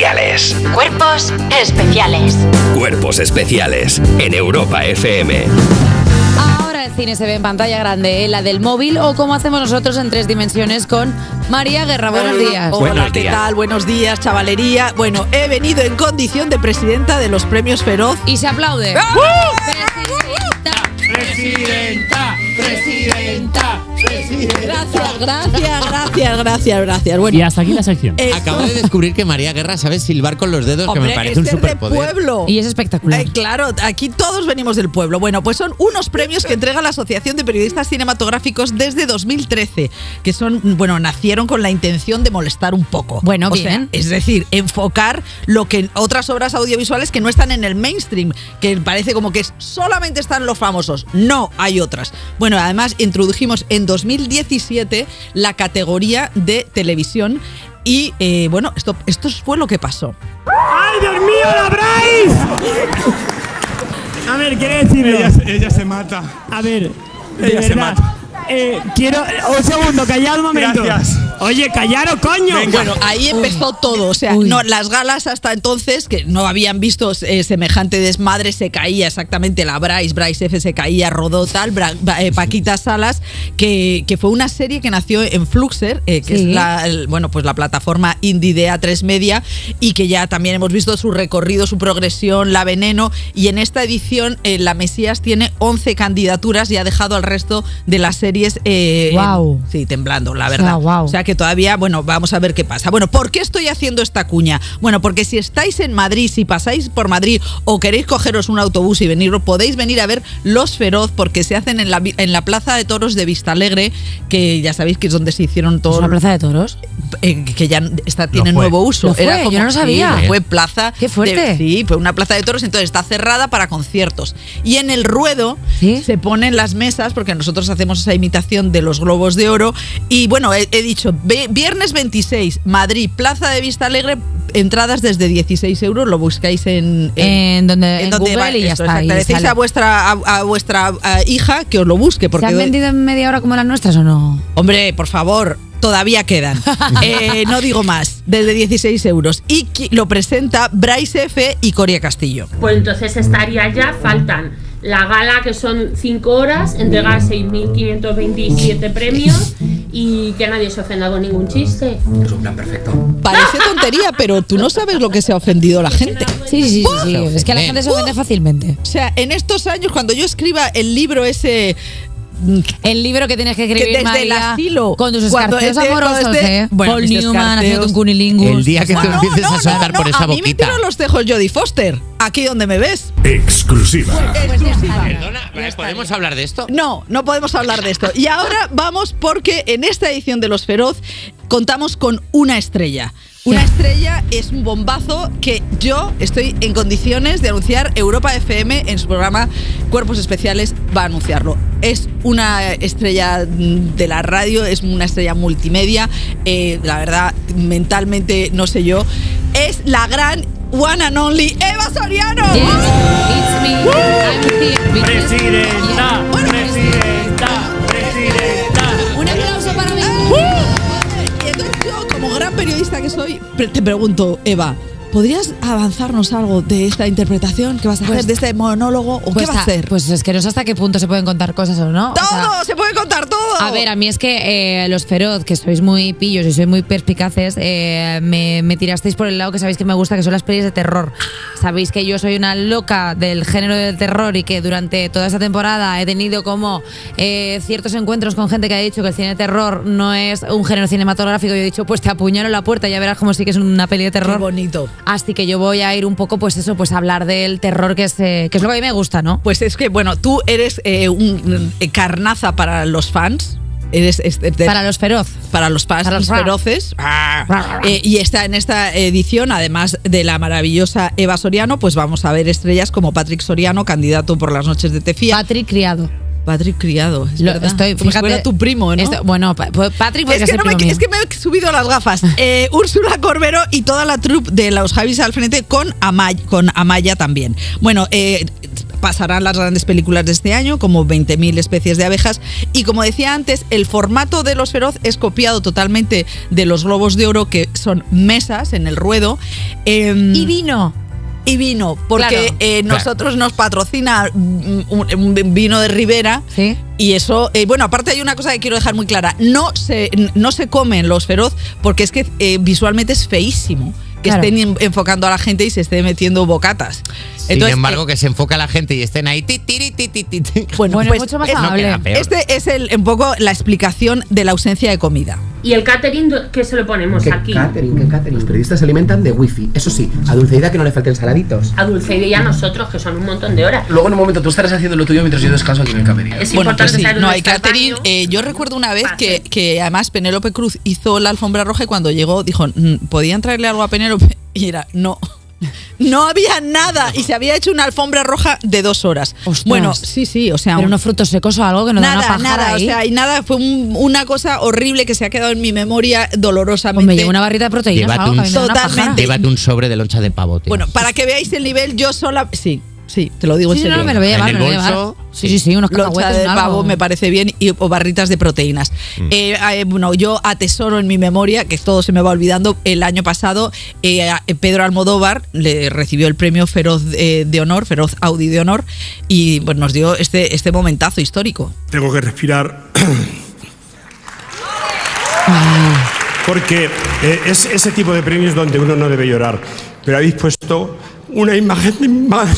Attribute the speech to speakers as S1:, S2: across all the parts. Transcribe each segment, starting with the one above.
S1: especiales.
S2: Cuerpos especiales.
S1: Cuerpos especiales en Europa FM.
S3: Ahora el cine se ve en pantalla grande, ¿eh? la del móvil o como hacemos nosotros en tres dimensiones con María Guerra. Buenos días.
S4: Hola,
S5: Buenos
S4: ¿qué
S5: días.
S4: tal? Buenos días, chavalería. Bueno, he venido en condición de presidenta de los premios Feroz.
S3: Y se aplaude.
S4: ¡Bravo!
S3: ¡Ah! Presidenta.
S5: Presidenta, presidenta, presidenta.
S4: Gracias, gracias, gracias, gracias, gracias. Bueno,
S6: Y hasta aquí la sección.
S4: esto-
S5: Acabo de descubrir que María Guerra sabe silbar con los dedos, que
S4: Hombre, este
S5: me parece
S4: es
S5: un
S4: ser de
S5: superpoder.
S4: pueblo.
S3: Y es espectacular.
S4: Eh, claro, aquí todos venimos del pueblo. Bueno, pues son unos premios que entrega la Asociación de Periodistas Cinematográficos desde 2013, que son, bueno, nacieron con la intención de molestar un poco.
S3: Bueno,
S4: O sea,
S3: bien.
S4: es decir, enfocar lo que otras obras audiovisuales que no están en el mainstream, que parece como que es- solamente están los famosos. No, hay otras. Bueno, además introdujimos en 2017 la categoría de televisión. Y eh, bueno, esto, esto fue lo que pasó.
S7: ¡Ay, Dios mío, la Bryce! A ver, ¿qué decirlo?
S8: Ella, se- ella se mata.
S6: A ver, de
S8: Ella se
S6: verdad.
S8: mata.
S6: eh, quiero. Un segundo, callad un momento.
S8: Gracias.
S6: Oye, callaros, coño.
S4: Bueno, ahí empezó todo. O sea,
S3: Uy.
S4: no, las galas hasta entonces, que no habían visto eh, semejante desmadre, se caía exactamente la Bryce, Bryce F se caía, rodó tal, Bra- Ba- eh, Paquita Salas, que, que fue una serie que nació en Fluxer, eh, que
S3: Sí.
S4: es la, el- bueno, pues la plataforma indie de A3 Media, y que ya también hemos visto su recorrido, su progresión, la veneno. Y en esta edición, eh, la Mesías tiene 11 candidaturas y ha dejado al resto de las series. eh,
S3: Guau.
S4: en- sí, temblando, la
S3: sea,
S4: verdad.
S3: guau.
S4: O sea, que todavía, bueno, vamos a ver qué pasa. Bueno, ¿por qué estoy haciendo esta cuña? Bueno, porque si estáis en Madrid, si pasáis por Madrid o queréis cogeros un autobús y venir, podéis venir a ver Los Feroz porque se hacen en la, vi- en la Plaza de Toros de Vistalegre, que ya sabéis que es donde se hicieron
S3: ¿Es
S4: todos
S3: una plaza de toros?
S4: eh, que ya está, tiene
S8: fue.
S4: nuevo uso.
S3: Lo fue, yo no lo
S4: sí,
S3: sabía.
S4: fue plaza.
S3: Qué fuerte.
S4: de- sí, fue una plaza de toros, entonces está cerrada para conciertos. Y en el ruedo
S3: Sí.
S4: se ponen las mesas, porque nosotros hacemos esa imitación de los globos de oro. Y bueno, he, he dicho, ve- viernes 26, Madrid, Plaza de Vista Alegre. Entradas desde 16 euros, lo buscáis Eh, en,
S3: En donde- en Google y ya
S4: esto,
S3: está,
S4: exacto.
S3: y
S4: Le decís
S3: sale.
S4: a vuestra, a, a vuestra a, hija que os lo busque.
S3: ¿Se
S4: Porque
S3: han vendido en media hora como las nuestras o no?
S4: Hombre, por favor, todavía quedan. Eh, no digo más, desde 16 euros. Y qui- lo presenta Bryce F. y Coria Castillo.
S9: Pues entonces estaría ya, faltan la gala que son 5 horas, entregar 6.527 premios y que nadie se ofenda con ningún chiste.
S8: Es un plan perfecto.
S4: Parece tontería, pero tú no sabes lo que se ha ofendido la gente.
S3: Sí, sí, sí. sí, sí. Es que a la gente se vende fácilmente.
S4: O sea, en estos años, cuando yo escriba el libro ese... mm,
S3: El libro que tienes que escribir
S4: Que desde
S3: María,
S4: el asilo,
S3: con tus
S4: cuando
S3: escarceos
S4: esté- cuando
S3: amorosos,
S4: esté-
S3: ¿eh?
S4: Bueno,
S3: Paul
S4: mis
S3: Newman
S4: escarceos.
S3: haciendo un cunilingus.
S5: El día que
S4: Ah,
S5: te empieces a soltar por esa
S4: a mí me
S5: boquita.
S4: tiran los tejos Jodie Foster. Aquí donde me ves.
S10: Exclusiva.
S3: pues
S5: Perdona, ¿podemos hablar de esto?
S4: No, no podemos hablar de esto. Y ahora vamos porque en esta edición de Los Feroz contamos con una estrella. Una estrella es un bombazo que yo estoy en condiciones de anunciar. Europa FM en su programa Cuerpos Especiales va a anunciarlo. Es una estrella mm, de la radio, es una estrella multimedia. eh, la verdad, mentalmente, no sé yo. Es la gran one and only Eva Soriano.
S3: Yes, it's me. I'm here because-
S6: Presidenta,
S3: Yeah. Bueno,
S6: presidenta, presidenta.
S3: Un aplauso para mí.
S4: Y entonces yo, como gran periodista que soy, pre- te pregunto, Eva, ¿podrías avanzarnos algo de esta interpretación que vas a
S3: Pues-
S4: hacer, de este monólogo? ¿O
S3: Pues,
S4: qué vas a
S3: a-
S4: hacer?
S3: pues es que no sé hasta qué punto se pueden contar cosas o no. O
S4: ¡Todo!
S3: sea,
S4: ¡Se puede contar todo!
S3: A ver, a mí es que eh, los feroz, que sois muy pillos y sois muy perspicaces, eh, me, me tirasteis por el lado que sabéis que me gusta, que son las pelis de terror. Sabéis que yo soy una loca del género del terror y que durante toda esta temporada he tenido como eh, ciertos encuentros con gente que ha dicho que el cine de terror no es un género cinematográfico. Yo he dicho, pues te apuñalo en la puerta, ya verás como sí que es una peli de
S4: Qué
S3: terror.
S4: bonito.
S3: Así que yo voy a ir un poco, pues eso, pues a hablar del terror, que es, eh, que es lo que a mí me gusta, ¿no?
S4: Pues es que, bueno, tú eres eh, un eh, carnaza para los fans. Eres este- de-
S3: Para los feroz.
S4: para los fans
S3: Para los ra.
S4: feroces. Eh, y está en esta edición, además de la maravillosa Eva Soriano, pues vamos a ver estrellas como Patrick Soriano, candidato por las noches de Tefía.
S3: Patrick Criado.
S4: Patrick Criado. Es
S3: Lo-
S4: verdad.
S3: estoy,
S4: Como si
S3: fíjate,
S4: fuera tu primo, ¿no?
S3: esto- bueno, pa- pues Patrick, porque
S4: es que,
S3: el
S4: no me,
S3: primo mío.
S4: es que me he subido las gafas. Eh, Úrsula Corbero y toda la troupe de los Javis al frente con, Amay- con Amaya también. Bueno, eh, pasarán las grandes películas de este año, como 20.000 especies de abejas. Y como decía antes, el formato de Los Feroz es copiado totalmente de los Globos de Oro, que son mesas en el ruedo. Em,
S3: Y vino.
S4: y vino, porque
S3: Claro.
S4: eh,
S5: Claro.
S4: nosotros nos patrocina mm, un, un vino de Ribera.
S3: Sí.
S4: Y eso, eh, bueno, aparte hay una cosa que quiero dejar muy clara. No se, no se comen los feroz porque es que eh, visualmente es feísimo que
S3: Claro.
S4: estén en- enfocando a la gente y se esté metiendo bocatas.
S5: Sin embargo, que se enfoca la gente y estén ahí. ti, tiri, ti, ti, ti, ti.
S4: Bueno,
S3: Bueno,
S4: pues
S3: mucho más
S4: es-
S5: No
S3: amable.
S5: queda peor.
S4: Este es el, un poco la explicación de la ausencia de comida.
S9: Y el catering do- que se lo ponemos
S8: ¿Qué
S9: Pues aquí.
S8: catering? ¿Qué catering? Los periodistas se alimentan de wifi. Eso sí, a Dulceida que no le falten saladitos.
S9: A Dulce y a nosotros, que son un montón de horas.
S8: Luego en un momento tú estarás haciendo lo tuyo mientras yo descanso aquí en el camerino.
S9: Es
S4: Bueno, pues
S9: importante
S4: sí,
S9: saber
S4: no
S9: dónde
S4: hay
S9: está el
S4: catering.
S9: baño.
S4: Eh, yo recuerdo una vez que,
S9: Pase.
S4: que además Penélope Cruz hizo la alfombra roja y cuando llegó dijo, "Mm, ¿podían traerle algo a Penélope? Y era, no. No había nada y se había hecho una alfombra roja de dos horas.
S3: Ostras.
S4: Bueno, sí, sí, o sea,
S3: Pero
S4: un-
S3: unos frutos secos o algo que nos da una
S4: nada,
S3: pájara
S4: nada,
S3: ahí.
S4: o sea, y nada, fue un- una cosa horrible que se ha quedado en mi memoria dolorosamente.
S3: Pues me llevo una barrita de proteínas
S5: Llévate
S3: o algo, que
S5: un-
S3: a mí me da una
S4: Totalmente.
S3: pájara.
S5: Llévate un sobre de loncha de pavo, tío.
S4: Bueno, para que veáis el nivel, yo sola, sí, sí, te lo digo en
S3: Sí, sí, no,
S4: serio.
S3: no, me lo voy a
S5: En
S3: llevar,
S5: el
S3: me lo voy a llevar.
S5: bolso,
S3: Sí, sí, sí, unos
S4: Loncha
S3: cacahuetes,
S4: de
S3: un
S4: pavo
S3: algo.
S4: me parece bien y, o barritas de proteínas. Eh, eh, bueno, yo atesoro en mi memoria, que todo se me va olvidando, el año pasado eh, a- eh, Pedro Almodóvar le recibió el premio Feroz eh, de Honor, Feroz Audi de Honor, y pues, nos dio este, este momentazo histórico.
S10: Tengo que respirar. Porque eh, es ese tipo de premios donde uno no debe llorar. Pero habéis puesto una imagen de mi madre.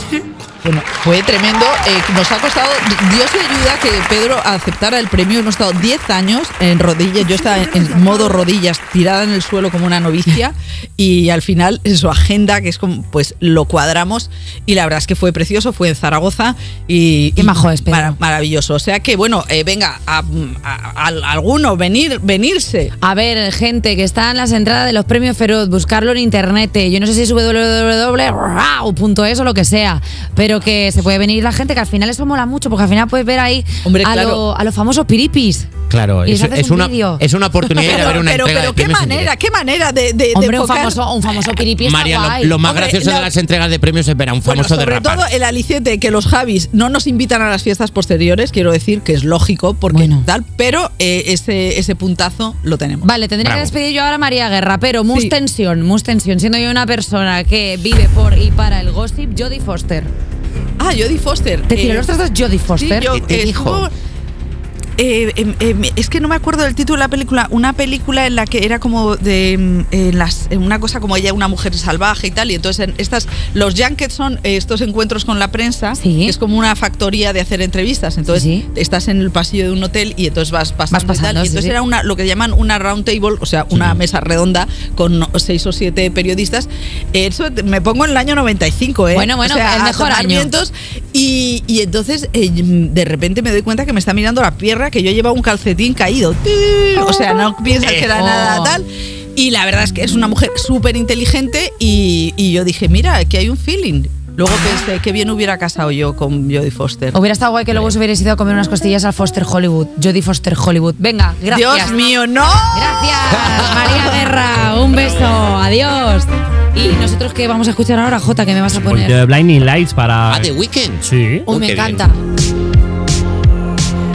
S4: Bueno, fue tremendo. eh, nos ha costado, Dios le ayuda que Pedro aceptara el premio. Hemos estado 10 años en rodillas. Yo estaba en, en modo rodillas, tirada en el suelo como una novicia. Y al final, en su agenda, que es como, pues lo cuadramos. Y la verdad es que fue precioso. Fue en Zaragoza. Y,
S3: Qué majo es Pedro.
S4: mara- maravilloso. O sea que, bueno, eh, venga, a, a- a- alguno, venir, venirse.
S3: A ver, gente, que está en las entradas de los premios Feroz, buscarlo en internet. eh, Yo no sé si es www.rau.es o lo que sea, pero que se puede venir la gente, que al final eso mola mucho, porque al final puedes ver ahí
S4: Hombre,
S3: a,
S4: claro.
S3: lo- a los famosos piripis.
S5: Claro,
S3: y les
S5: es,
S3: haces
S5: es
S3: un
S5: una,
S3: vídeo.
S5: es una oportunidad de ir a ver
S4: Pero,
S5: una
S4: pero,
S5: entrega de
S4: pero qué
S5: premios en
S4: manera,
S5: directo.
S4: qué manera de, de, de
S3: Hombre, un
S4: enfocar-
S3: famoso, un famoso piripi está
S5: María,
S3: guay.
S5: lo, lo más
S4: Hombre,
S5: gracioso
S4: no.
S5: de las entregas de premios es ver a un
S4: Bueno,
S5: famoso
S4: sobre
S5: derrapar.
S4: todo el aliciente que los Javis no nos invitan a las fiestas posteriores, quiero decir que es lógico porque
S3: Bueno.
S4: tal, pero eh, ese, ese puntazo lo tenemos.
S3: Vale, tendría
S5: Bravo.
S3: que despedir yo ahora a María Guerra, pero mus
S4: Sí.
S3: tensión, mus tensión. Siendo yo una persona que vive por y para el gossip, Jodie Foster.
S4: Ah, Jodie Foster.
S3: ¿Te
S4: eh,
S3: tiró los trastos Jodie
S4: sí,
S3: Foster?
S4: yo,
S5: ¿Qué te
S4: eh,
S5: dijo?
S4: estuvo- eh, em, em, es que no me acuerdo del título de la película. Una película en la que era como de em, eh, las, en una cosa como ella, una mujer salvaje y tal. Y entonces en estas, los junkets son eh, estos encuentros con la prensa.
S3: Sí.
S4: que es como una factoría de hacer entrevistas. Entonces
S3: Sí, sí.
S4: estás en el pasillo de un hotel y entonces vas pasando.
S3: Vas pasando,
S4: y, tal. Y
S3: sí,
S4: entonces
S3: sí.
S4: era una, lo que llaman una round table, o sea, una mesa redonda con no- seis o siete periodistas. Eso te- me pongo en el año 95, ¿eh?
S3: Bueno, bueno,
S4: o sea,
S3: el
S4: a
S3: mejor
S4: tomar
S3: año.
S4: vientos. Y, y entonces eh, de repente me doy cuenta que me está mirando la pierna, que yo llevaba un calcetín caído. O sea, no piensas que era
S3: Eso.
S4: nada tal. Y la verdad es que es una mujer súper inteligente y, y yo dije, mira, que hay un feeling. Luego pensé, qué bien hubiera casado yo con Jodie Foster.
S3: Hubiera estado guay que luego os hubierais ido a comer unas costillas al Foster Hollywood. Jodie Foster Hollywood. Venga, gracias.
S4: Dios mío, no.
S3: Gracias, María Guerra. Un beso. Adiós. Y nosotros que vamos a escuchar ahora, Jota, que me vas a poner.
S7: Blinding Lights para.
S5: Ah, The Ah, Weeknd.
S7: Sí.
S3: Uy,
S5: Uy,
S3: me
S5: qué
S3: encanta.